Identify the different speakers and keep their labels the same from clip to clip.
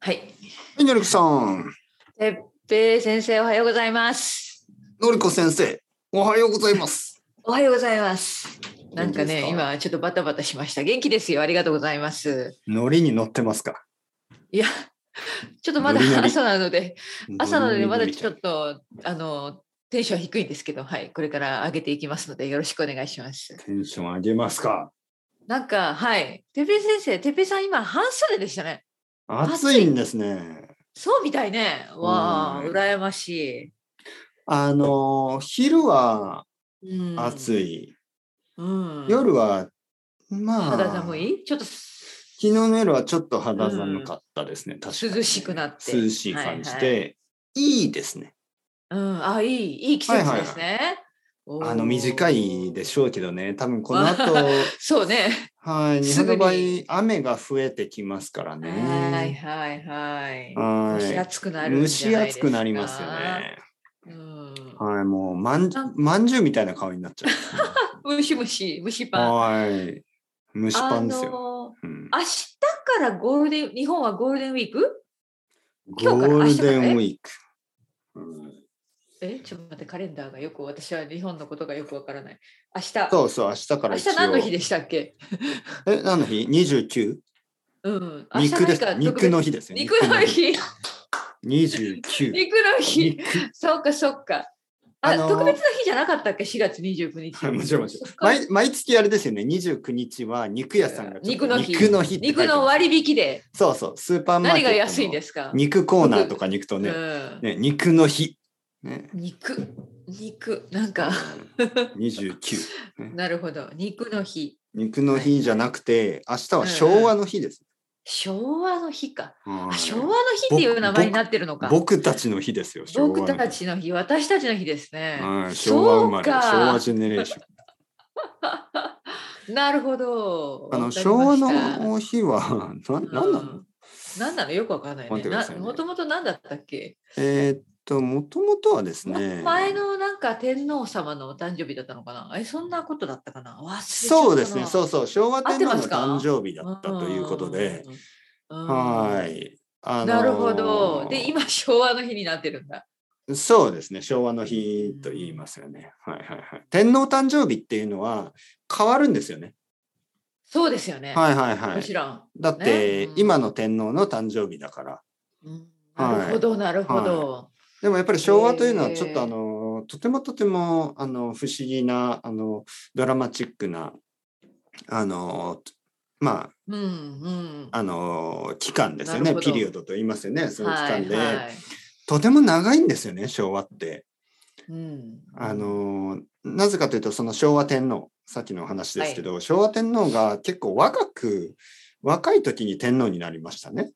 Speaker 1: はい。
Speaker 2: ミノルクさん、
Speaker 1: てっぺい先生、おはようございます。
Speaker 2: のりこ先生、おはようございます。
Speaker 1: おはようございます。なんか
Speaker 2: 元気です
Speaker 1: ね、
Speaker 2: か
Speaker 1: 今ちょっとバタバタしました。元気ですよ。ありがとうございます。
Speaker 2: ノリに乗ってますか
Speaker 1: いや、 ちょっとまだ
Speaker 2: ノリノリ
Speaker 1: 朝なので、朝なのでまだちょっと、あの、テンション低いんですけど、はい、これから上げていきますので、よろしくお願いします。
Speaker 2: テンション上げますか
Speaker 1: なんか、はい、てっぺい先生、てっぺいさん、今、半袖でしたね。
Speaker 2: 暑いんですね。
Speaker 1: そうみたいね。わあ、
Speaker 2: うん
Speaker 1: 羨まし。
Speaker 2: あの、昼はい
Speaker 1: うん、
Speaker 2: 暑
Speaker 1: い。
Speaker 2: い。
Speaker 1: うん、
Speaker 2: 夜は、まあ、
Speaker 1: 肌寒いちょっと
Speaker 2: 昨日の夜はちょっと肌寒かったですね。確かに
Speaker 1: 涼しくなって
Speaker 2: 涼しい感じ
Speaker 1: は
Speaker 2: で、いいですね。
Speaker 1: うん、あ、いい、いい季節ですね。
Speaker 2: あの、短いでし
Speaker 1: ょ。
Speaker 2: ょうけどね、多分こ の後、
Speaker 1: そうね。
Speaker 2: はい、日
Speaker 1: すぐ
Speaker 2: 本の
Speaker 1: に
Speaker 2: 場合、雨が増えてきますからね。
Speaker 1: はいはいはい。
Speaker 2: はい
Speaker 1: 蒸し暑くなるん
Speaker 2: 蒸
Speaker 1: じ
Speaker 2: し
Speaker 1: ゃないです
Speaker 2: 暑
Speaker 1: か
Speaker 2: くなりますよね。。
Speaker 1: うん
Speaker 2: はい、もう、まん
Speaker 1: なん、
Speaker 2: まんじゅうみたいな顔になっ ちゃう。
Speaker 1: 蒸し蒸し、蒸しパン。
Speaker 2: はい。蒸しパンです
Speaker 1: あ
Speaker 2: よ。
Speaker 1: の
Speaker 2: うん
Speaker 1: 明日からゴールデン、日本はゴールデンウィーク
Speaker 2: ゴ
Speaker 1: 今日から
Speaker 2: ー
Speaker 1: 明
Speaker 2: ル
Speaker 1: 日から
Speaker 2: デ
Speaker 1: ね
Speaker 2: ンウィーク。うん
Speaker 1: え、ちょっと待って、カレンダーがよく、私は日本のことがよくわからない。明日、
Speaker 2: そうそう、明日から
Speaker 1: 明
Speaker 2: 一応
Speaker 1: 日何の日でしたっけ
Speaker 2: え、何の日 ?29?
Speaker 1: うん。明日
Speaker 2: 肉で
Speaker 1: 何。
Speaker 2: す
Speaker 1: か特別
Speaker 2: 肉の日ですよ。
Speaker 1: 肉の。日。
Speaker 2: 29。
Speaker 1: 肉の日。そうか、そうか。あ、
Speaker 2: あのー
Speaker 1: 特別な日じゃなかったっけ ?4 月29日。
Speaker 2: はいもちろんもち
Speaker 1: そ
Speaker 2: ろん
Speaker 1: っか
Speaker 2: 毎毎月あれですよね、29日は肉屋さんがちょっと
Speaker 1: 肉の日
Speaker 2: 肉の日って書いて
Speaker 1: 肉の割引で
Speaker 2: ますそうそう、スーパーマーケ
Speaker 1: 何
Speaker 2: ット
Speaker 1: が
Speaker 2: の
Speaker 1: 安いんですか、
Speaker 2: 肉コーナーとかに行くとね、
Speaker 1: うん
Speaker 2: ね肉の日。ね、
Speaker 1: 肉、肉、なんか、
Speaker 2: 29。
Speaker 1: なるほど。肉の日。
Speaker 2: 肉の日じゃなくて、明日は昭和の日です。
Speaker 1: 昭和の日か。
Speaker 2: は
Speaker 1: あ
Speaker 2: い
Speaker 1: 昭和の日っていう名前になってるのか。
Speaker 2: 僕たちの日ですよ、昭和
Speaker 1: 僕
Speaker 2: の日
Speaker 1: たちの日、私たちの日ですね。
Speaker 2: はい昭和
Speaker 1: そ
Speaker 2: 生
Speaker 1: う
Speaker 2: まれ、昭和
Speaker 1: か。
Speaker 2: ジェネレーション。
Speaker 1: なるほど。
Speaker 2: あの
Speaker 1: わかり
Speaker 2: 昭和
Speaker 1: ました
Speaker 2: の日は、な
Speaker 1: うん
Speaker 2: なんなの
Speaker 1: 何なのよくわかんない
Speaker 2: 待っ
Speaker 1: ね。
Speaker 2: てくださいね
Speaker 1: もともと何だったっけ
Speaker 2: えーっと、もともとはですね、
Speaker 1: 前のなんか天皇様のお誕生日だったのかなえ、そんなことだったかな忘れちゃったな
Speaker 2: そうですね、そううそう、昭和
Speaker 1: 合
Speaker 2: 天皇
Speaker 1: って
Speaker 2: の
Speaker 1: ますか
Speaker 2: 誕生日だったということで、
Speaker 1: ん。うん
Speaker 2: は。い。あのー
Speaker 1: なるほど。で、今、昭和の日になってるんだ。
Speaker 2: そうですね、昭和の日と言いますよね。はいはいはい。天皇誕生日っていうのは変わるんですよね。
Speaker 1: そうですよね。
Speaker 2: はいはいは
Speaker 1: もち
Speaker 2: い。
Speaker 1: ろん。
Speaker 2: だって、
Speaker 1: ねうん
Speaker 2: 今の天皇の誕生日だから。
Speaker 1: うん
Speaker 2: はい
Speaker 1: なるほど、なるほど。
Speaker 2: でもやっぱり昭和というのは
Speaker 1: へー
Speaker 2: ちょっとあの、とてもとてもあの不思議なあのドラマチックなあのま
Speaker 1: うんうん。
Speaker 2: ああの期間です
Speaker 1: な
Speaker 2: よ
Speaker 1: る
Speaker 2: ね
Speaker 1: ほど
Speaker 2: ピリオドと言いますよねその期間で、
Speaker 1: はいはい
Speaker 2: とても長いんですよね昭和って
Speaker 1: うん
Speaker 2: あのなぜかというとその昭和天皇さっきのお話ですけど、昭和天皇が結構若く若い時に天皇になりましたね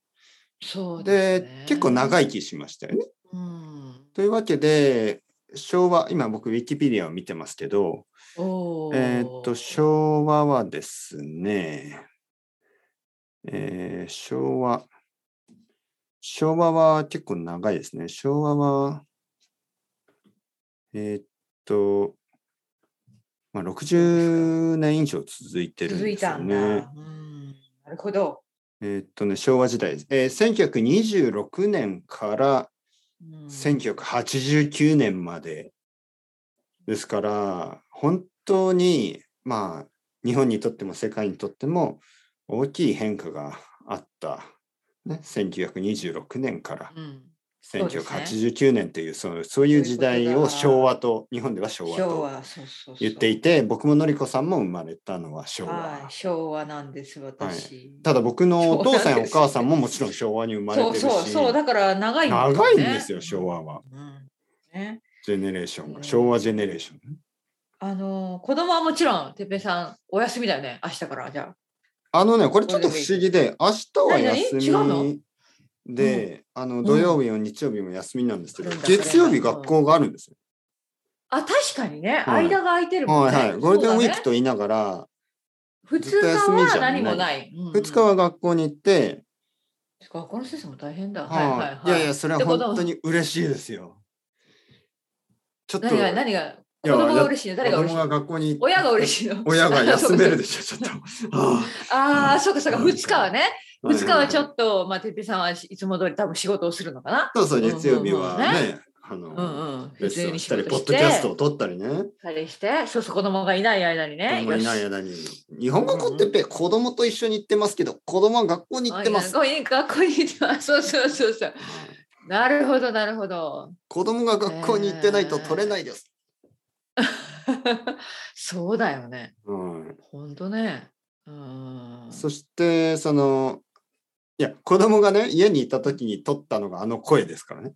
Speaker 1: そうで
Speaker 2: で
Speaker 1: すね
Speaker 2: 結構長生きしましたよね
Speaker 1: うん
Speaker 2: というわけで昭和今僕ウィキペディアを見てますけど
Speaker 1: おー
Speaker 2: えーっと昭和はですね、えー昭和昭和は結構長いですね昭和はえーっと、まあ、60年以上続いてるん
Speaker 1: 続い
Speaker 2: です
Speaker 1: た
Speaker 2: よ
Speaker 1: んだ。
Speaker 2: ね。
Speaker 1: うんなるほど。
Speaker 2: えーっとね昭和時代です、えー1926年から
Speaker 1: うん
Speaker 2: 1989年までですから本当にまあ日本にとっても世界にとっても大きい変化があった、ね、1926年から
Speaker 1: うんそうですね
Speaker 2: 1989年というそう,、そういう時代を昭和と日本では昭
Speaker 1: 昭
Speaker 2: 和と
Speaker 1: 和、そうそうそう
Speaker 2: 言っていて僕ものりこさんも生まれたのは昭和、
Speaker 1: はい、昭和なんです、私。
Speaker 2: ただ僕のお父さん
Speaker 1: 昭和
Speaker 2: やお
Speaker 1: です
Speaker 2: 母さんももちろん昭和に生まれ
Speaker 1: そ
Speaker 2: て
Speaker 1: う
Speaker 2: るし
Speaker 1: そうそう、だから長いよね
Speaker 2: 長いんですよ昭。和は
Speaker 1: うんね、
Speaker 2: ジェネレーション
Speaker 1: う
Speaker 2: が
Speaker 1: ん
Speaker 2: 昭和ジェネレーションね
Speaker 1: あの子供はもちろん、てっぺいさん、お休みだよね、明日からじゃ
Speaker 2: あのね、これちょっと不思議で、明日は休み
Speaker 1: 何々違う
Speaker 2: で、あの土曜日も日曜日も休みなんですけど、
Speaker 1: うん
Speaker 2: 月曜日学校があるんですよ。
Speaker 1: あ。あ、確かにね、
Speaker 2: はい
Speaker 1: 間が空いてるもん
Speaker 2: はい
Speaker 1: ね。
Speaker 2: はい。ゴールデンウィーク
Speaker 1: と。
Speaker 2: と言いながら、
Speaker 1: 普
Speaker 2: ず
Speaker 1: 通
Speaker 2: っと
Speaker 1: 科
Speaker 2: 休みじ
Speaker 1: は
Speaker 2: ゃな
Speaker 1: 何
Speaker 2: い
Speaker 1: もない。うんうん
Speaker 2: 2日。は学校に行って、
Speaker 1: 学校の先生も大変だ。はいはい
Speaker 2: は
Speaker 1: はい
Speaker 2: い。いやいや、それは本当。に嬉しいですよ。ちょっ
Speaker 1: って
Speaker 2: と、
Speaker 1: こと何が、
Speaker 2: 子
Speaker 1: 何が、子
Speaker 2: いや
Speaker 1: 供が嬉しいの、誰が嬉しい
Speaker 2: 供が
Speaker 1: の
Speaker 2: 学校に行って、
Speaker 1: 親が嬉しいの。
Speaker 2: 親が休めるで
Speaker 1: し
Speaker 2: しょ、ちょっと。ああ
Speaker 1: ょ。ああ、そうかそうか、
Speaker 2: うん
Speaker 1: 2日はね、 2日はちょっと、まあ、てっぺいさんはいつも通り多分仕事をするのかな。
Speaker 2: そうそう、月曜日は
Speaker 1: うんうん
Speaker 2: ね、あの、
Speaker 1: うんうん。普
Speaker 2: レッス
Speaker 1: 通
Speaker 2: ン
Speaker 1: に
Speaker 2: し
Speaker 1: 仕
Speaker 2: たり、
Speaker 1: 事
Speaker 2: ポッ
Speaker 1: し
Speaker 2: ドキャスト
Speaker 1: て、
Speaker 2: を撮ったりね。
Speaker 1: あれして、そうそう、子供がいない間にね。
Speaker 2: 子供いない間に。日本語コンテッペイ、子供と一緒に行ってますけど、子供は学校に行ってます。
Speaker 1: あ学校に学校に行ってます。そうそうそうそう。
Speaker 2: はい
Speaker 1: なるほど、なるほど。
Speaker 2: 子供が学校に行ってないと取れないです。
Speaker 1: そうだよね。
Speaker 2: うん、
Speaker 1: ほんとね。うん。
Speaker 2: そして、その、いや、子供がね、家にいた時に撮ったのがあの声ですか らね。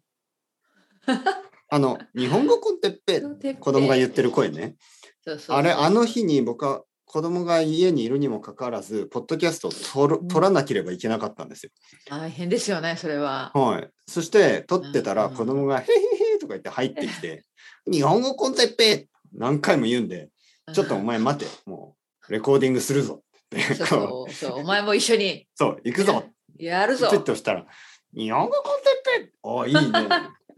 Speaker 2: あの、日本語コンテッペイ、子供が言ってる声ね。
Speaker 1: そうそうそう。
Speaker 2: あれ、あの日に僕は子供が家にいるにもかかわらず、ポッドキャストを撮る
Speaker 1: うん
Speaker 2: 撮らなければいけなかったんですよ。
Speaker 1: 大変ですよね、それは。
Speaker 2: はい。そして、撮ってたら
Speaker 1: うん
Speaker 2: 子供が、へへへとか言って入ってきて、日本語コンテッペイ何回も言うんで、ちょっとお前待て、もうレコーディングするぞって
Speaker 1: う
Speaker 2: 言
Speaker 1: ん
Speaker 2: って、
Speaker 1: そう
Speaker 2: こ
Speaker 1: そうそう、お前も一緒に
Speaker 2: うそう、行くぞ
Speaker 1: やる
Speaker 2: ち
Speaker 1: ぞ。
Speaker 2: ょっとしたら、日本語コンテッペイおいいね。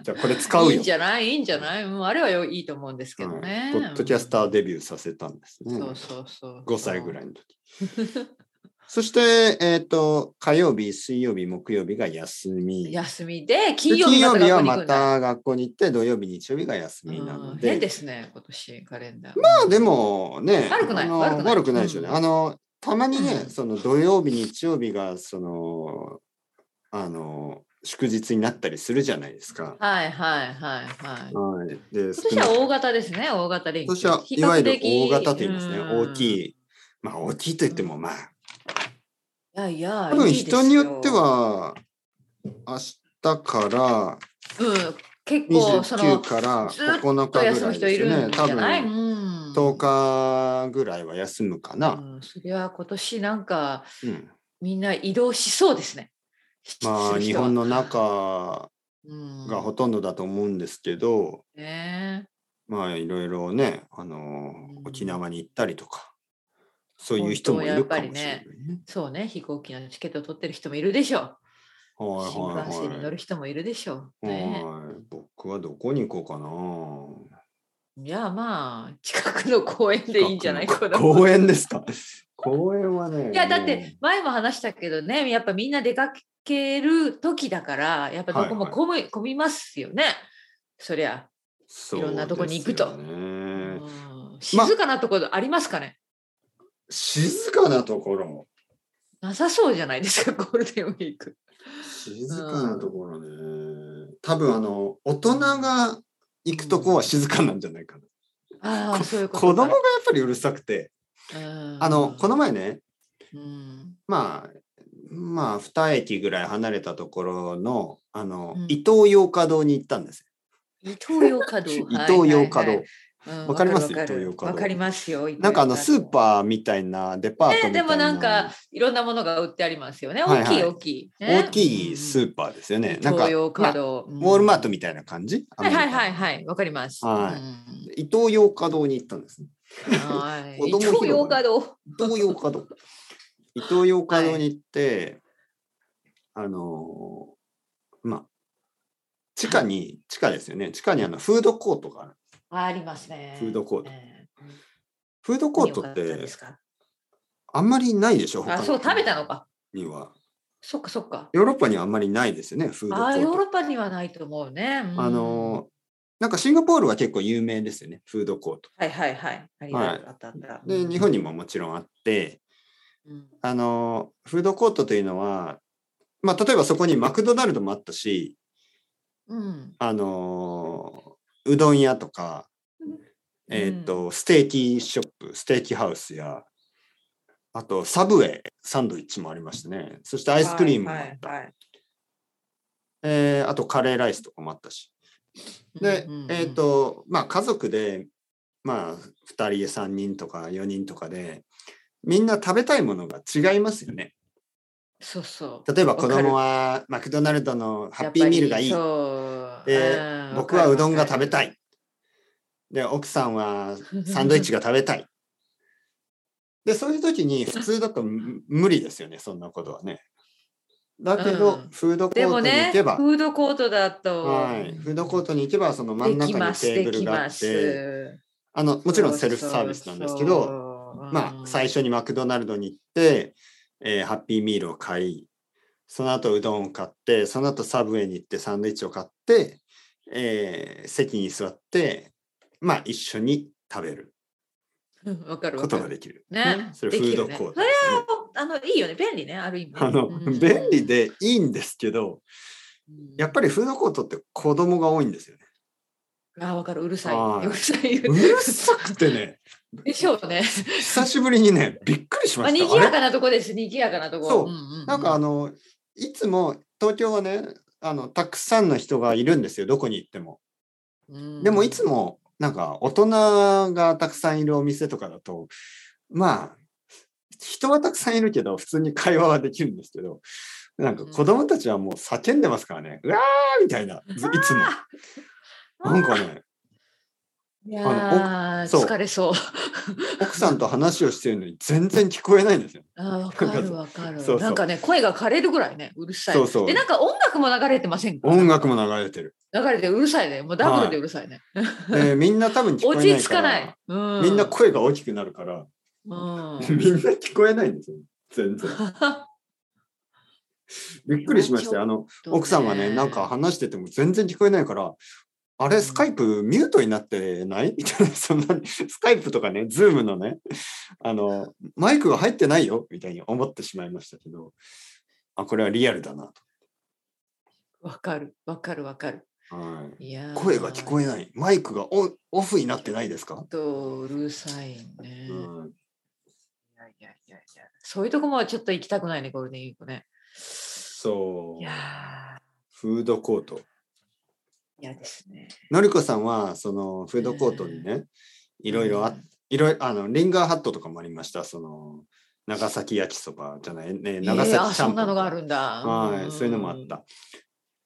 Speaker 2: じゃあこれ使う
Speaker 1: いい
Speaker 2: よ。
Speaker 1: んじゃないいいんじゃない、うん、あれはよいいと思うんですけど
Speaker 2: は
Speaker 1: ね
Speaker 2: い。ポッドキャスターデビューさせたんです
Speaker 1: うん
Speaker 2: ね。
Speaker 1: そうそうそう。
Speaker 2: 5歳ぐら
Speaker 1: い。
Speaker 2: いの時。そして、えっ、と、火曜日、水曜日、木曜日が休み。
Speaker 1: 休みで、
Speaker 2: で
Speaker 1: 金曜日また
Speaker 2: 金曜
Speaker 1: 学校
Speaker 2: 日は
Speaker 1: に行く
Speaker 2: ま
Speaker 1: んだ。
Speaker 2: た学校に行って、土曜日、日曜日が休みな
Speaker 1: う
Speaker 2: の
Speaker 1: ん
Speaker 2: で。
Speaker 1: 変ですね、今年カレンダー。
Speaker 2: まあでもね、
Speaker 1: 悪くない
Speaker 2: あの
Speaker 1: 悪くない
Speaker 2: 悪くないですよね。
Speaker 1: うん
Speaker 2: あの、たまにね、
Speaker 1: うん
Speaker 2: その土曜日、日曜日が、その、あの、祝日になったりするじゃないですか。
Speaker 1: はいはいはいはい。
Speaker 2: はい。で、
Speaker 1: 今年は大型ですね、大型連
Speaker 2: 今
Speaker 1: 休。
Speaker 2: 年は
Speaker 1: 比較的
Speaker 2: いわゆる大型と言いますね。大き。
Speaker 1: うん
Speaker 2: い。まあ大きいと言っても、まあ、
Speaker 1: いやいや、
Speaker 2: 多分
Speaker 1: いいです
Speaker 2: 人によっては、明日から
Speaker 1: よ、うん、結構そ
Speaker 2: 29
Speaker 1: の、
Speaker 2: から
Speaker 1: ずっ
Speaker 2: 9
Speaker 1: と
Speaker 2: 日ぐ
Speaker 1: 休
Speaker 2: ら
Speaker 1: む
Speaker 2: い
Speaker 1: 人
Speaker 2: で
Speaker 1: い
Speaker 2: すよ
Speaker 1: る
Speaker 2: ね。
Speaker 1: んじ
Speaker 2: 多
Speaker 1: ゃない、
Speaker 2: 分
Speaker 1: うん、
Speaker 2: 10日ぐらいは休むかな。
Speaker 1: うん、それは今年なんか
Speaker 2: うん
Speaker 1: みんな移動しそうですね。
Speaker 2: まあ
Speaker 1: する
Speaker 2: 日
Speaker 1: 人は
Speaker 2: 本の中
Speaker 1: うん
Speaker 2: がほとんどだと思うんですけど、
Speaker 1: ね
Speaker 2: まあいろいろね、あの
Speaker 1: うん
Speaker 2: 沖縄に行ったりとか、そういう人もいるかもしれないね。
Speaker 1: そうね、飛行機のチケットを取ってる人もいるでしょう。新
Speaker 2: はい
Speaker 1: 幹
Speaker 2: はい
Speaker 1: 線
Speaker 2: は
Speaker 1: に
Speaker 2: い
Speaker 1: 乗。る人もいるでしょう。ね、
Speaker 2: はい。僕はどこに行こうか
Speaker 1: じゃあまあ、近くの公園で
Speaker 2: な。
Speaker 1: いいんじゃないこ
Speaker 2: 近くの
Speaker 1: の
Speaker 2: 公園ですか。公園はね。
Speaker 1: いや、だって前も話したけどね、やっぱみんな出かける時だから、やっぱどこも
Speaker 2: はいはい
Speaker 1: 混む、混みますよね。そりゃ、
Speaker 2: もう、
Speaker 1: いろんなとこに行くと
Speaker 2: そうですよね
Speaker 1: うん静かなところありますかね、
Speaker 2: 静かなところ。
Speaker 1: なさそうじゃないですか、ゴールデンウィー ク。
Speaker 2: 静かなところね。多分あの、大人が行くとこは静かなんじゃないかな。
Speaker 1: ああ、そういうこ
Speaker 2: 子
Speaker 1: と
Speaker 2: 供が
Speaker 1: か
Speaker 2: やっぱりうるさくて。
Speaker 1: うん
Speaker 2: あの、この前ね、
Speaker 1: うん
Speaker 2: まあ、まあ、二駅ぐらい離れたところの、あの、
Speaker 1: うん
Speaker 2: 伊東洋華堂に行ったんです。
Speaker 1: 伊東洋華堂。
Speaker 2: 伊東洋華堂。
Speaker 1: はいはいはいうん
Speaker 2: わかります
Speaker 1: わる
Speaker 2: 伊東洋華堂
Speaker 1: わかりますよ。
Speaker 2: なんかあのスー
Speaker 1: ー。
Speaker 2: パーみたいなデパートみた
Speaker 1: ね、
Speaker 2: い
Speaker 1: で
Speaker 2: な。
Speaker 1: もなんかいろんなものが売ってありますよね。
Speaker 2: は
Speaker 1: 大
Speaker 2: いは
Speaker 1: き
Speaker 2: い
Speaker 1: い大きい。ね
Speaker 2: 大きいスーパーですよね。
Speaker 1: うん
Speaker 2: なん
Speaker 1: 伊
Speaker 2: か
Speaker 1: 東洋華
Speaker 2: まあ
Speaker 1: 堂。ウ
Speaker 2: ウォールマートみたいな感じ。
Speaker 1: はいはいはい
Speaker 2: い。
Speaker 1: はい。わかります。
Speaker 2: はい
Speaker 1: い。
Speaker 2: 伊東洋華堂に行ったんですね。
Speaker 1: はい。
Speaker 2: 子
Speaker 1: 伊
Speaker 2: 供広場
Speaker 1: 東洋華堂。
Speaker 2: 伊東 洋華堂。伊東洋華堂に行って、あのーまあ地下に地下ですよね。地下にあのフードコートがある。
Speaker 1: あありますね。
Speaker 2: フードコート
Speaker 1: ね
Speaker 2: フードコートっ
Speaker 1: 何を買たん
Speaker 2: て
Speaker 1: ですか
Speaker 2: あんまりないでしょ。他
Speaker 1: あ、
Speaker 2: の
Speaker 1: そう食べたのか。
Speaker 2: 国には
Speaker 1: そっかそっか。
Speaker 2: ヨーロッパにはあんまりないですよね。フードコ
Speaker 1: ああ、ヨー
Speaker 2: ー
Speaker 1: ロ
Speaker 2: ト。
Speaker 1: ッパにはないと思うね。うん
Speaker 2: あのーなんかシンガポールは結構有名ですよね。フードコート。
Speaker 1: はいはいはい。ありがとうあったあった。
Speaker 2: で日本にももちろんあって
Speaker 1: うん
Speaker 2: あのフードコートというのは、まあ、例えばそこにマクドナルドもあったし
Speaker 1: うん。
Speaker 2: あのうどん屋とか、えー、とステーキショップステーキハウスやあとサブウェイサンドイッチもありましたねそしてアイスクリームもあった、
Speaker 1: はいはいはい
Speaker 2: えーあとカレーライスとかもあったしで、
Speaker 1: うんうんうん
Speaker 2: えっ、とまあ家族でまあ2人3人とか4人とかでみんな食べたいものが違いますよね。
Speaker 1: そうそう。
Speaker 2: 例えば
Speaker 1: わ
Speaker 2: 子
Speaker 1: かる
Speaker 2: 供はマクドナルドのハッピーミールがいい
Speaker 1: やっぱりそう
Speaker 2: で
Speaker 1: うん
Speaker 2: 僕はうどんが食べ
Speaker 1: い。
Speaker 2: たいで奥さんはサンドイッチが食べたいでそういう時に普通だとむ無理ですよねそんなことはねだけど、
Speaker 1: うん
Speaker 2: フードコー
Speaker 1: で
Speaker 2: ト
Speaker 1: も
Speaker 2: に行
Speaker 1: ね、
Speaker 2: けば、
Speaker 1: フードコートだと。
Speaker 2: はい、フードコートに行けばその真
Speaker 1: で
Speaker 2: ん
Speaker 1: き
Speaker 2: 中
Speaker 1: ま
Speaker 2: に
Speaker 1: す
Speaker 2: テーブルが
Speaker 1: できま
Speaker 2: あって
Speaker 1: す
Speaker 2: あのもちろんセルフサービスなんですけど
Speaker 1: そうそうそう
Speaker 2: まあ、最
Speaker 1: 初
Speaker 2: 初にマクドナルドに行って、えーハッピーミールを買い、その後うどんを買って、その後サブウェイに行ってサンドイッチを買って、えー席に座って、まあ一緒に食べる
Speaker 1: うん わかる
Speaker 2: こ
Speaker 1: わ
Speaker 2: と
Speaker 1: か
Speaker 2: が
Speaker 1: る。
Speaker 2: できる。
Speaker 1: ね。
Speaker 2: それ
Speaker 1: できる
Speaker 2: フードコート
Speaker 1: ねそれはあのいいよね。便利ね。ある意味。
Speaker 2: あの、
Speaker 1: うん
Speaker 2: 便利。でいいんですけど、やっぱりフードコートって子供が多い んですよね。
Speaker 1: あわかる。うるさ
Speaker 2: はい
Speaker 1: い。うるさい。
Speaker 2: うるさくてね、
Speaker 1: でしょうね。
Speaker 2: 久しぶりにね、びっくりし
Speaker 1: ま
Speaker 2: ま
Speaker 1: あ、に
Speaker 2: した。
Speaker 1: ぎや
Speaker 2: あれ
Speaker 1: かなとこです。にぎやかなとこ。
Speaker 2: そうん
Speaker 1: んん
Speaker 2: なんかあの、いつも東京はね、あのたくさんの人がいるんですよ、どこに行っても。
Speaker 1: うん
Speaker 2: でもいつもなんか大人がたくさんいるお店とかだとまあ人はたくさんいるけど普通に会話はできるんですけどなんか子供たちはもう叫んでますからね、うわーみたいなずいつも
Speaker 1: あー
Speaker 2: なんかね
Speaker 1: いやー
Speaker 2: そう
Speaker 1: 疲れそう。
Speaker 2: 奥さんと話をしてるのに全然聞こえないんです よ
Speaker 1: あーわかるわか
Speaker 2: そうそう
Speaker 1: る。なんかね声が枯れるぐらいねうるさい。
Speaker 2: そうそう
Speaker 1: でなんか音楽も流れてませんか。
Speaker 2: 音楽も流れてる、
Speaker 1: 流れてうるさいね。もうダブルでうるさいね。
Speaker 2: でみんな多分聞こえ
Speaker 1: 落
Speaker 2: ないから
Speaker 1: ち着かない。うん
Speaker 2: みんな声が大きくなるから、
Speaker 1: うん。
Speaker 2: みんな聞こえないんですよ全然びっくりしましたよあの 奥さんがね、なんか話してても全然聞こえないから、あれ、スカイプミュートになってないみたいな、 そんなに、スカイプとかね、ズームのね、あの、マイクが入ってないよみたいに思ってしまいましたけど、あ、これはリアルだな
Speaker 1: わかるわかるわかる。
Speaker 2: と。はい、
Speaker 1: いやー
Speaker 2: 声が聞こえない、マイクがオンオフになってないですか、
Speaker 1: とうるさいね。
Speaker 2: うん、
Speaker 1: いやいやいやいやそういうとこもちょっと行きたくないねゴールデンウィークね。
Speaker 2: そ
Speaker 1: いうや、
Speaker 2: フードコート。
Speaker 1: ー嫌ですね。
Speaker 2: のりこさんは、そのフードコートにね、いろいろあっいろいろあのリンガーハットとかもありましたその長崎焼きそばじゃないね
Speaker 1: えー
Speaker 2: 長崎ちゃんぽん
Speaker 1: あそんなのがあるんだ。
Speaker 2: は
Speaker 1: ん
Speaker 2: いそういうのもあった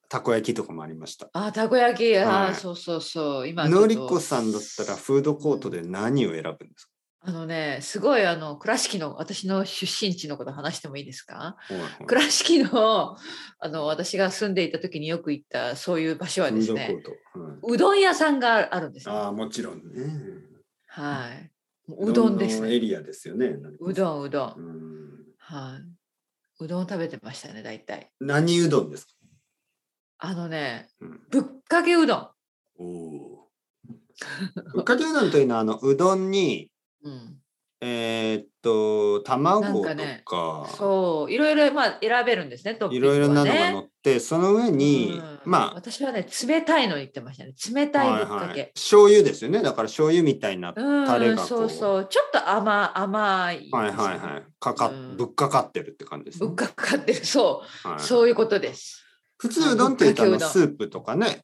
Speaker 2: たこ焼きとかもありました
Speaker 1: あたこ焼き、あー
Speaker 2: はい
Speaker 1: そうそうそう今ちょっと
Speaker 2: のりこさんだったらフードコートで何を選ぶんです
Speaker 1: あのねすごいあの倉敷の私の出身地のこと話してもいいですか
Speaker 2: か、はいはい
Speaker 1: 倉敷のあの私が住んでいた時によく行ったそういう場所は
Speaker 2: フ
Speaker 1: で
Speaker 2: ー
Speaker 1: す
Speaker 2: ドコ
Speaker 1: ね
Speaker 2: ート、はい、
Speaker 1: うどん屋さんがあるんですよ
Speaker 2: ああもちろんね
Speaker 1: はいもううどんです
Speaker 2: うの
Speaker 1: ね
Speaker 2: エリアですよねのりこ
Speaker 1: う
Speaker 2: さん
Speaker 1: どんうどん
Speaker 2: うん
Speaker 1: はいうどん食べてましたね大体
Speaker 2: 何うどんですか、
Speaker 1: あのね
Speaker 2: うん、
Speaker 1: ぶっかけうどん
Speaker 2: お おぶっかけうどんというのはあのうどんに
Speaker 1: うん、
Speaker 2: えーっと卵
Speaker 1: な
Speaker 2: とか
Speaker 1: んかねそういろいろまあ選べるんですねトッピ
Speaker 2: い
Speaker 1: ングは
Speaker 2: ろ
Speaker 1: ね
Speaker 2: いろなのが乗って、その上
Speaker 1: う
Speaker 2: に、
Speaker 1: ん
Speaker 2: まあ、
Speaker 1: 私はね冷たいの言ってましたね冷たいぶっか
Speaker 2: はいはい
Speaker 1: け、
Speaker 2: 醤油ですよね。だから醤油みたいな、タレ
Speaker 1: うん
Speaker 2: がこう
Speaker 1: そうそうちょっと甘甘いですね、
Speaker 2: はいはいはい、かかっ
Speaker 1: うん
Speaker 2: ぶっかかってるって感じです、ね
Speaker 1: ぶっかかってるそう、
Speaker 2: はい
Speaker 1: そういうことです
Speaker 2: 普通うどんって言った
Speaker 1: ぶ
Speaker 2: ら
Speaker 1: っかけうどん
Speaker 2: スープとかね、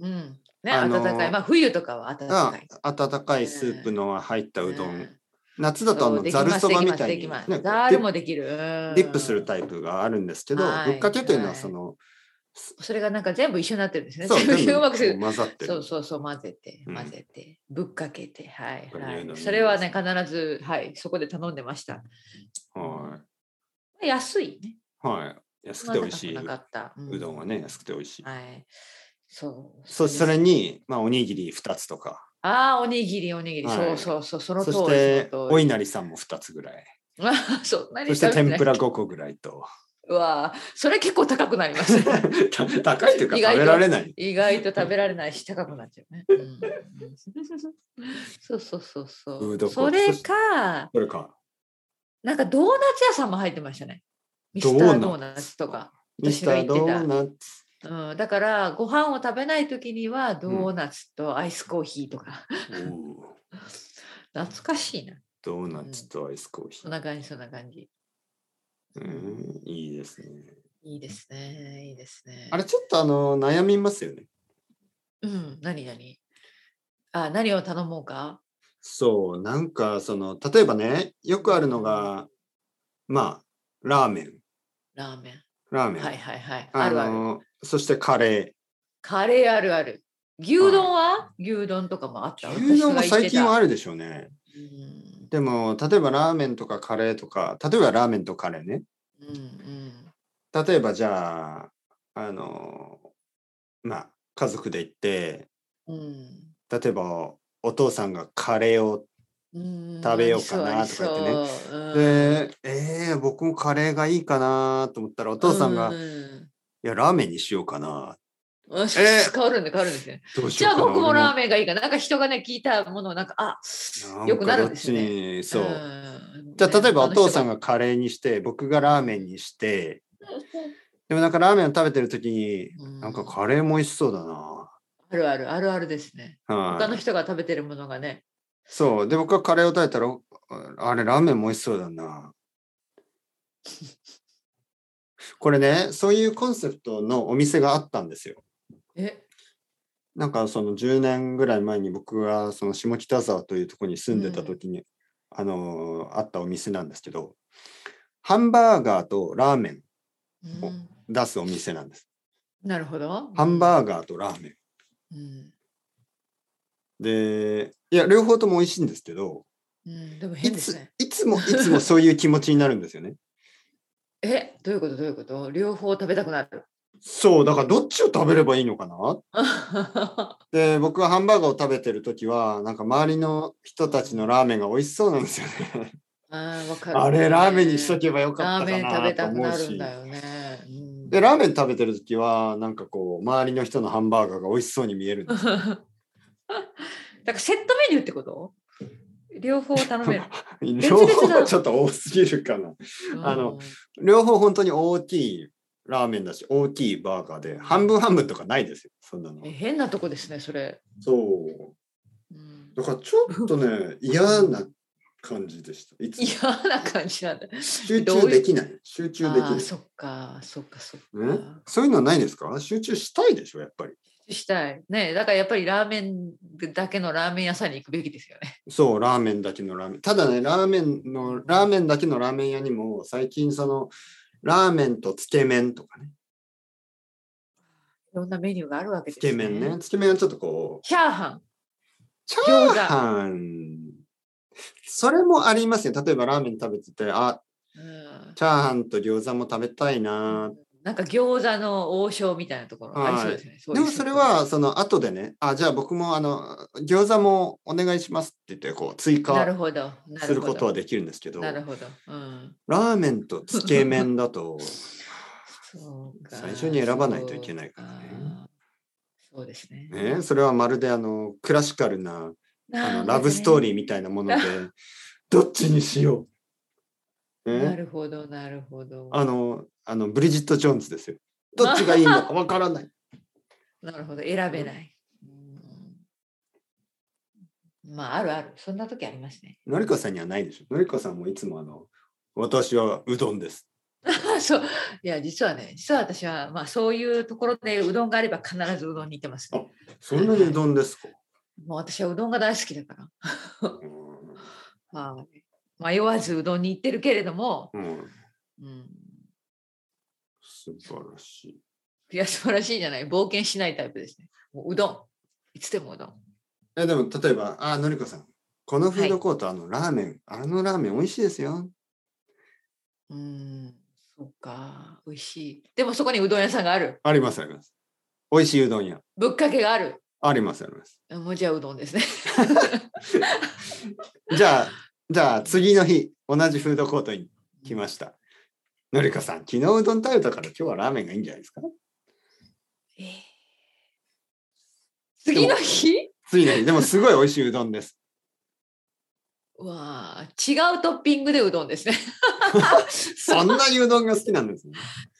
Speaker 1: うんね、
Speaker 2: あのー
Speaker 1: 暖かいまあ冬とかは暖
Speaker 2: が
Speaker 1: かい、
Speaker 2: 温かいスープの入ったうどん、
Speaker 1: ね
Speaker 2: 夏だとあ
Speaker 1: そう
Speaker 2: の
Speaker 1: でき
Speaker 2: ざる
Speaker 1: ます
Speaker 2: そばみたい
Speaker 1: で
Speaker 2: に、
Speaker 1: き
Speaker 2: ね
Speaker 1: ま、す
Speaker 2: こ
Speaker 1: で
Speaker 2: う
Speaker 1: きますざるも
Speaker 2: デ
Speaker 1: できる
Speaker 2: ィリップする
Speaker 1: イ
Speaker 2: タイプがあるんですけど、
Speaker 1: はい
Speaker 2: ぶっかけというのは
Speaker 1: はい
Speaker 2: その、
Speaker 1: プそれがなんか全部一緒になってるんですね
Speaker 2: そう
Speaker 1: 全部
Speaker 2: 全
Speaker 1: うまくする
Speaker 2: 部混ざって
Speaker 1: そ
Speaker 2: る
Speaker 1: う。そうそう混ぜて
Speaker 2: うん
Speaker 1: 混ぜて、ぶっかけてはい、
Speaker 2: これ
Speaker 1: は
Speaker 2: 言うの
Speaker 1: い、
Speaker 2: ね
Speaker 1: それはね必ずはいそこで頼んでました
Speaker 2: は
Speaker 1: 安いね
Speaker 2: い、はい、安くて美味しい
Speaker 1: そんな高くなかった、う
Speaker 2: うどんはね、安くて美味しい。
Speaker 1: はいそう
Speaker 2: そ
Speaker 1: です
Speaker 2: それに、まあ、おにぎり2つとか、
Speaker 1: ああおにぎりおにぎり、
Speaker 2: はい
Speaker 1: そうそうそうその通
Speaker 2: そ
Speaker 1: り
Speaker 2: して
Speaker 1: その通
Speaker 2: お
Speaker 1: り
Speaker 2: 稲荷さんも2つぐらい
Speaker 1: そんなに
Speaker 2: そして天ぷ
Speaker 1: ら
Speaker 2: ら5個ぐらいと
Speaker 1: うわーそれ結構高くなります
Speaker 2: 高いというか
Speaker 1: 意外と
Speaker 2: 食べられない
Speaker 1: 意外と食べられないし高くなっちゃうね、うん、そうそうそうそう
Speaker 2: フードコ
Speaker 1: そ
Speaker 2: ート
Speaker 1: れか
Speaker 2: これか
Speaker 1: なんかドーナツ屋さんも入ってましたねミスタードーナツとか、
Speaker 2: ミスタードーナツ
Speaker 1: うん、だからご飯を食べない時にはドーナツとアイスコーヒーとか、
Speaker 2: おー
Speaker 1: 懐かしいな
Speaker 2: ドーナツとアイスコーヒ
Speaker 1: そん
Speaker 2: ー、
Speaker 1: な感じそんな感じ
Speaker 2: うん、いいですね
Speaker 1: いいですねいいですね
Speaker 2: あれちょっとあの悩みますよね
Speaker 1: うん、何何あ、何を頼もうか
Speaker 2: そうなんかその例えばねよくあるのがまあラーメン
Speaker 1: ラーメン。
Speaker 2: ラーメン、
Speaker 1: はいはいはい。
Speaker 2: あ
Speaker 1: あるある。
Speaker 2: のそしてカレ
Speaker 1: カレーあるある。牛丼は牛丼とかもあった。
Speaker 2: ー牛丼も最近はあ
Speaker 1: る。
Speaker 2: るでしょうね
Speaker 1: うん
Speaker 2: でも例えばラーメンとかカレーとか例えばラーメンとカレーね
Speaker 1: うんうん
Speaker 2: 例えばじゃああのまあ家族で行って
Speaker 1: うん
Speaker 2: 例えばお父さんがカレーを
Speaker 1: 食
Speaker 2: 食べようかなとか言って
Speaker 1: ね。
Speaker 2: で、えー、僕もカレーがいいかなと思ったら、お
Speaker 1: お
Speaker 2: 父さんが、いや、ラーメンにしようかな。えー
Speaker 1: 変わるんで変わるん ですね。
Speaker 2: どうし
Speaker 1: じ
Speaker 2: よ
Speaker 1: ゃ
Speaker 2: う
Speaker 1: あ
Speaker 2: かな。
Speaker 1: 僕もラー
Speaker 2: メ
Speaker 1: メンがいいかな。なんか人がね、聞いたものをなんか、あ、
Speaker 2: ん
Speaker 1: よくなるんですね。
Speaker 2: ね。そう。
Speaker 1: うん
Speaker 2: じゃあ、例えばお父さん
Speaker 1: が。
Speaker 2: がカレーにして、僕がラーメンにして、でもなんかラーメンを食べてる時に、なんか
Speaker 1: うん
Speaker 2: カレーも美味しそうだな。
Speaker 1: あるある、あるあるですね。
Speaker 2: はい
Speaker 1: 他の人が食べてるものがね。
Speaker 2: そう。で、僕はカレーを食べたら、ああれ、ラーメンも美味しそうだな。 これね、そういうコンセプトのお店があったんですよ。
Speaker 1: え、
Speaker 2: なんかその10年ぐらい前に僕がその下北沢というところに住んでた時に、あのーあったお店なんですけど、ハンバーガーとラーメン
Speaker 1: うん
Speaker 2: 出すお店なんです。
Speaker 1: なるほど。
Speaker 2: ハンバーガーとラーメン。
Speaker 1: うん
Speaker 2: で、いや、両方とも美味しいんですけど、
Speaker 1: うん、でも
Speaker 2: い
Speaker 1: 変で
Speaker 2: つ
Speaker 1: すね。
Speaker 2: いつもいつもそういう気持ちになるんですよね。
Speaker 1: え、どういうことどういうこと両方食べたくなる。
Speaker 2: そう、だからどっちを食べればいいのかなで、僕はハンバーガーを食べてる時は、なんか周りの人たちのラーメンが美味しそうなんですよね。
Speaker 1: あーわかる
Speaker 2: あれ、ラーメンにしとけばよか
Speaker 1: ラ
Speaker 2: っ
Speaker 1: ー
Speaker 2: た
Speaker 1: メン
Speaker 2: か
Speaker 1: 食べ
Speaker 2: なと
Speaker 1: たく
Speaker 2: 思う
Speaker 1: なるん
Speaker 2: し。
Speaker 1: だよね。うん
Speaker 2: で、ラーメン食べてる時は、なんかこう、周りの人のハンバーガーが美味しそうに見えるん で
Speaker 1: だ
Speaker 2: す。
Speaker 1: からセットメニューってこと両方頼める。
Speaker 2: 両方はちょっと多すぎるかな。 あの
Speaker 1: うん、
Speaker 2: 両方本当に大きいラーメンだし、大きいバーガーで、半分半分とかないですよ、そんなの
Speaker 1: え。変なとこですね、それ。
Speaker 2: そう。
Speaker 1: うん
Speaker 2: だからちょっと ね、嫌な感じでした。いつも
Speaker 1: 嫌な感じなんだ。
Speaker 2: 集中できない。集中でき
Speaker 1: あ
Speaker 2: な
Speaker 1: ー
Speaker 2: い。
Speaker 1: そっか、そっか、そっ
Speaker 2: ね
Speaker 1: か。
Speaker 2: そういうのはないですか集中したいでしょ、やっぱり。
Speaker 1: したい。ねだからやっぱりラーメンだけのラーメン屋さんに行くべきですよね。
Speaker 2: そう、ラーメンだけのラーメン。ただね、ラーメンの、ラーメンだけのラーメン屋にも、最近その、ラーメンとつけ麺とかね。
Speaker 1: いろんなメニューがあるわけ
Speaker 2: つ
Speaker 1: です
Speaker 2: け麺ね。。つけ麺はちょっとこう、
Speaker 1: チャーハン。
Speaker 2: チャーハン。それもありますよ。例えばラーメン食べてて、あ、
Speaker 1: うん
Speaker 2: チャーハンと餃子も食べたいな。
Speaker 1: なんか餃子の王将みたいなところありそうですね。うい
Speaker 2: で
Speaker 1: う
Speaker 2: もそれは、その後でね、あ、じゃあ僕もあの、餃子もお願いしますって言って、こう、追
Speaker 1: なる
Speaker 2: 加
Speaker 1: ほど。な
Speaker 2: することは
Speaker 1: で
Speaker 2: できるんですけど、
Speaker 1: なる
Speaker 2: ラ
Speaker 1: ほど。うん。
Speaker 2: ーメンとつけ麺だと、
Speaker 1: そうか
Speaker 2: 最初に選ばないといけないから
Speaker 1: そ
Speaker 2: ね。
Speaker 1: うかそうですね。
Speaker 2: ね、それはまるであのクラシカルなあのラブストーリーみたいなもので、 どっちにしよう。
Speaker 1: な
Speaker 2: ね、
Speaker 1: るほど、なるほど。
Speaker 2: あのあのブリジット・ジョーンズですよ。どっちがいい のかわからない。
Speaker 1: なるほど、選べない。うんまあ、あるある。そんな時ありますね。
Speaker 2: のりこさんにはないでしょ。のりこさんもいつもあの私はうどんです。
Speaker 1: そう。いや、実はね、実は私は、まあ、そういうところでうどんがあれば必ずうどんに行ってます、ね。
Speaker 2: そんなにうどんですか。
Speaker 1: もう私はうどんが大好きだから。
Speaker 2: う
Speaker 1: はい迷わずうどんに行ってるけれども、
Speaker 2: ん、うん
Speaker 1: うん、
Speaker 2: 素晴らしい。
Speaker 1: いや素晴らしいじゃない冒険しないタイプですねもううどんいつでもうどん
Speaker 2: えでも例えばあのりこさんこのフードコート、あのラーメンあのラーメン美味しいですよ。
Speaker 1: うんそうか美味しいでもそこにうどん屋さんがある
Speaker 2: ありますあります。美味しいうどん屋
Speaker 1: ぶっかけがある
Speaker 2: ありますあります。
Speaker 1: もうじゃあうどんですね
Speaker 2: じゃ あ、じゃあ次の日、同じフードコートに来ました。のりこさん、昨日うどん食べたから今日はラーメンがいいんじゃないですか
Speaker 1: えー次の日
Speaker 2: 次の日、でもすごい美味しいうどんです。
Speaker 1: わあ違うトッピングでうどんですね
Speaker 2: そんなにうどんが好きなんですね。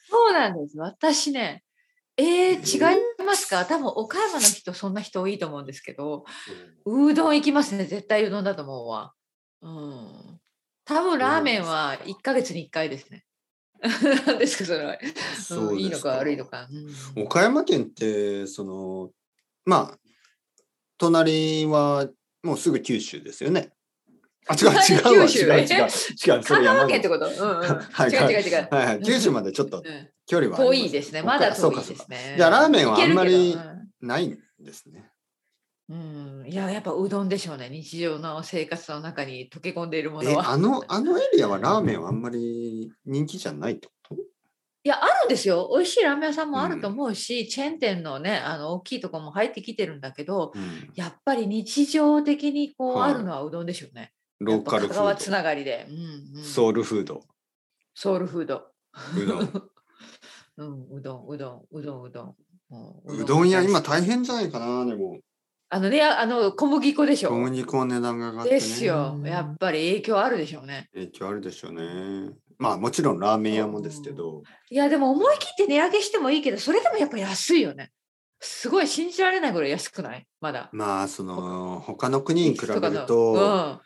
Speaker 1: そうなんです私ねえー、違いますか多分岡山の人そんな人多いと思うんですけど うどん行きますね。絶対うどんだと思うわ。うん。多分ラーメンは1ヶ月に1回ですね。 何ですかそれは、
Speaker 2: そ
Speaker 1: うん。
Speaker 2: う
Speaker 1: いい
Speaker 2: で
Speaker 1: の
Speaker 2: す
Speaker 1: か悪いの
Speaker 2: か。
Speaker 1: か。うん
Speaker 2: 岡山県って、その、まあ、隣はもうすぐ九州ですよね。あ、違う違う違
Speaker 1: 九
Speaker 2: う
Speaker 1: 州
Speaker 2: 違う違う。違う
Speaker 1: え
Speaker 2: それ
Speaker 1: 香川
Speaker 2: 山口
Speaker 1: 県ってこと、うんうん、
Speaker 2: はい
Speaker 1: 違う違う違う。
Speaker 2: はいはい、九州までちょっと
Speaker 1: うん
Speaker 2: 距離はあり
Speaker 1: 遠
Speaker 2: ま
Speaker 1: いですね。まだ
Speaker 2: そ
Speaker 1: 遠
Speaker 2: う
Speaker 1: い
Speaker 2: か
Speaker 1: で
Speaker 2: そうか
Speaker 1: すね。
Speaker 2: じゃあラーメンはあんまり
Speaker 1: いけるけど
Speaker 2: ないんですね。
Speaker 1: うん、うんいや、やっぱうどんでしょうね。日常の生活の中に溶け込んでいるも
Speaker 2: え
Speaker 1: のは。
Speaker 2: あのあのエリアはラーメンはあんまり人気じゃないってこと
Speaker 1: いや、あるんですよ。美味しいラーメン屋さんもあると思うし、チェーン店のね、あの大きいとこも入ってきてるんだけど、やっぱり日常的にこう
Speaker 2: はい
Speaker 1: あるのはうどんでしょうね。
Speaker 2: ローカル
Speaker 1: やっぱ
Speaker 2: フ
Speaker 1: 香川つ
Speaker 2: ー
Speaker 1: ながりで、うんう
Speaker 2: ド、
Speaker 1: ん、
Speaker 2: ソウルフ ード、
Speaker 1: ソウルフード。
Speaker 2: うどん。
Speaker 1: うん、うどん、うどん、うどん、うどん。も
Speaker 2: うどん屋、今
Speaker 1: 変。
Speaker 2: 大変じゃないかな、でも。
Speaker 1: あのね、ああの小麦粉でしょ。
Speaker 2: 小麦粉の値段が上がって、ね。
Speaker 1: ですよ。やっぱり影響あるでしょうね。
Speaker 2: 影響あるでしょうね。まあもちろんラーメン屋もですけど、
Speaker 1: いや、でも思い切って値上げしてもいいけど、それでもやっぱ安いよね。すごい信じられないぐらい安くないまだ。
Speaker 2: まあその他の国に比べ
Speaker 1: とか
Speaker 2: る
Speaker 1: の
Speaker 2: と、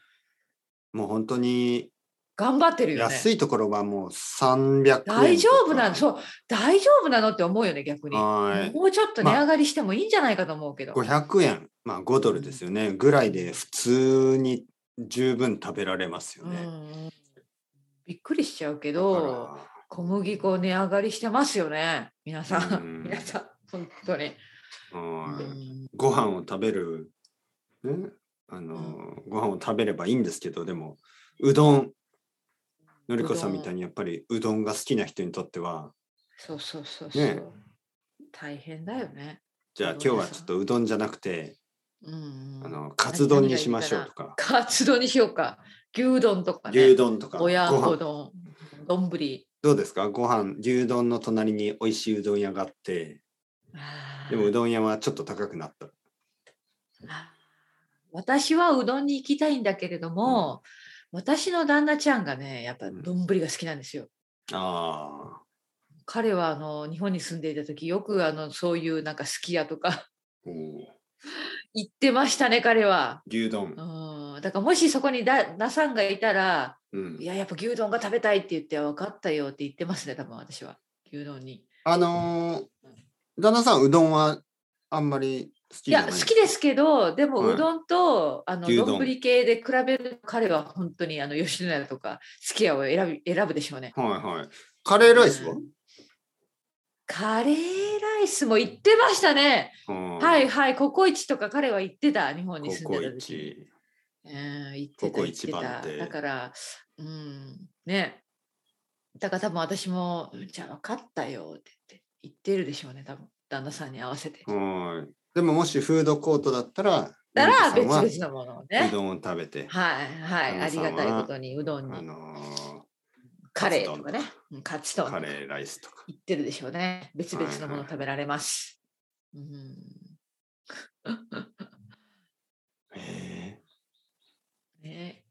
Speaker 1: うん、
Speaker 2: もう本当に
Speaker 1: 頑張ってるよね。
Speaker 2: 安いところはもう300円とか。
Speaker 1: 大丈夫なのそう、大丈夫なのって思うよね、逆に。
Speaker 2: はい。
Speaker 1: もうちょっと値上がりしてもいいんじゃないかと思うけど。
Speaker 2: 500円、まあ5ドルですよね、ぐらいで普通に十分食べられますよ
Speaker 1: う
Speaker 2: ね。
Speaker 1: ん、びっくりしちゃうけ
Speaker 2: だ
Speaker 1: ど。
Speaker 2: か
Speaker 1: 小麦粉値上がりしてますよね皆さ
Speaker 2: うんん
Speaker 1: 皆さん本当に、
Speaker 2: らはい
Speaker 1: うん
Speaker 2: ご飯を食べる、ね、あの、ご飯を食べればいいんですけど、でも、うどん、のりこさんみたいにやっぱりうどんが好きな人にとっては、
Speaker 1: そうそうそうそう、
Speaker 2: ね
Speaker 1: 大変だよね、
Speaker 2: じゃあ
Speaker 1: うどん
Speaker 2: 今日
Speaker 1: 屋さん
Speaker 2: はちょっとうどんじゃなくて、
Speaker 1: うん
Speaker 2: あの、カツ丼にしましょうとか、
Speaker 1: カツ丼にしようか牛丼とかね
Speaker 2: 牛丼とか、ご
Speaker 1: 親子
Speaker 2: 飯
Speaker 1: 丼丼ぶり
Speaker 2: どうですかご飯、牛丼の隣に美味しいうどん屋があって、
Speaker 1: あー
Speaker 2: でもうどん屋はちょっと高くなった。
Speaker 1: あー私はうどんに行きたいんだけれども、私の旦那ちゃんがねやっぱ丼ぶりが好きなんですよ、
Speaker 2: あ
Speaker 1: 彼はあの日本に住んでいた時よくあのそういうなんかすき家とか
Speaker 2: あ、
Speaker 1: 行ってましたね彼は。
Speaker 2: 牛丼。
Speaker 1: うん、だからもしそこにだダさんがいたら
Speaker 2: うん
Speaker 1: いややっぱ牛丼が食べたいって言って分かったよって言ってますね多分私は牛丼に
Speaker 2: あのー旦那さん、うどんはあんまり好き
Speaker 1: い
Speaker 2: じゃな
Speaker 1: や
Speaker 2: い
Speaker 1: 好きですけどでも
Speaker 2: はいう
Speaker 1: どんと、あの
Speaker 2: 牛丼
Speaker 1: 丼系で比べると彼は本当にあの吉野家とかすき家を選び選ぶでしょうね
Speaker 2: はいはい。カレーライスは、
Speaker 1: カレーライスも行ってましたね、
Speaker 2: は。
Speaker 1: はいいはいココイチとか彼は行ってた日本に
Speaker 2: コ
Speaker 1: 住ん
Speaker 2: コ
Speaker 1: で
Speaker 2: イ
Speaker 1: た時に
Speaker 2: チ。
Speaker 1: うん言って
Speaker 2: ここ
Speaker 1: た言って
Speaker 2: 一番
Speaker 1: た
Speaker 2: って
Speaker 1: だからうんねだから多分私も「じゃあ分かったよ」って言って言ってるでしょうね多分旦那さんに合わせて。
Speaker 2: はい。でももしフードコートだったら、
Speaker 1: だから
Speaker 2: のりこさんは
Speaker 1: 別々のものをね
Speaker 2: う。どんを食べて、
Speaker 1: はいはいあ
Speaker 2: 旦那
Speaker 1: り
Speaker 2: さんは
Speaker 1: がたいことにうどん
Speaker 2: あ
Speaker 1: に
Speaker 2: の
Speaker 1: カレーとかねうんカツ
Speaker 2: ー
Speaker 1: 丼
Speaker 2: カ
Speaker 1: とか
Speaker 2: レ
Speaker 1: 言
Speaker 2: ーライスとか。
Speaker 1: ってるでしょうね別々のも
Speaker 2: は
Speaker 1: の
Speaker 2: いはい
Speaker 1: 食べられます。うん
Speaker 2: へえ
Speaker 1: ね、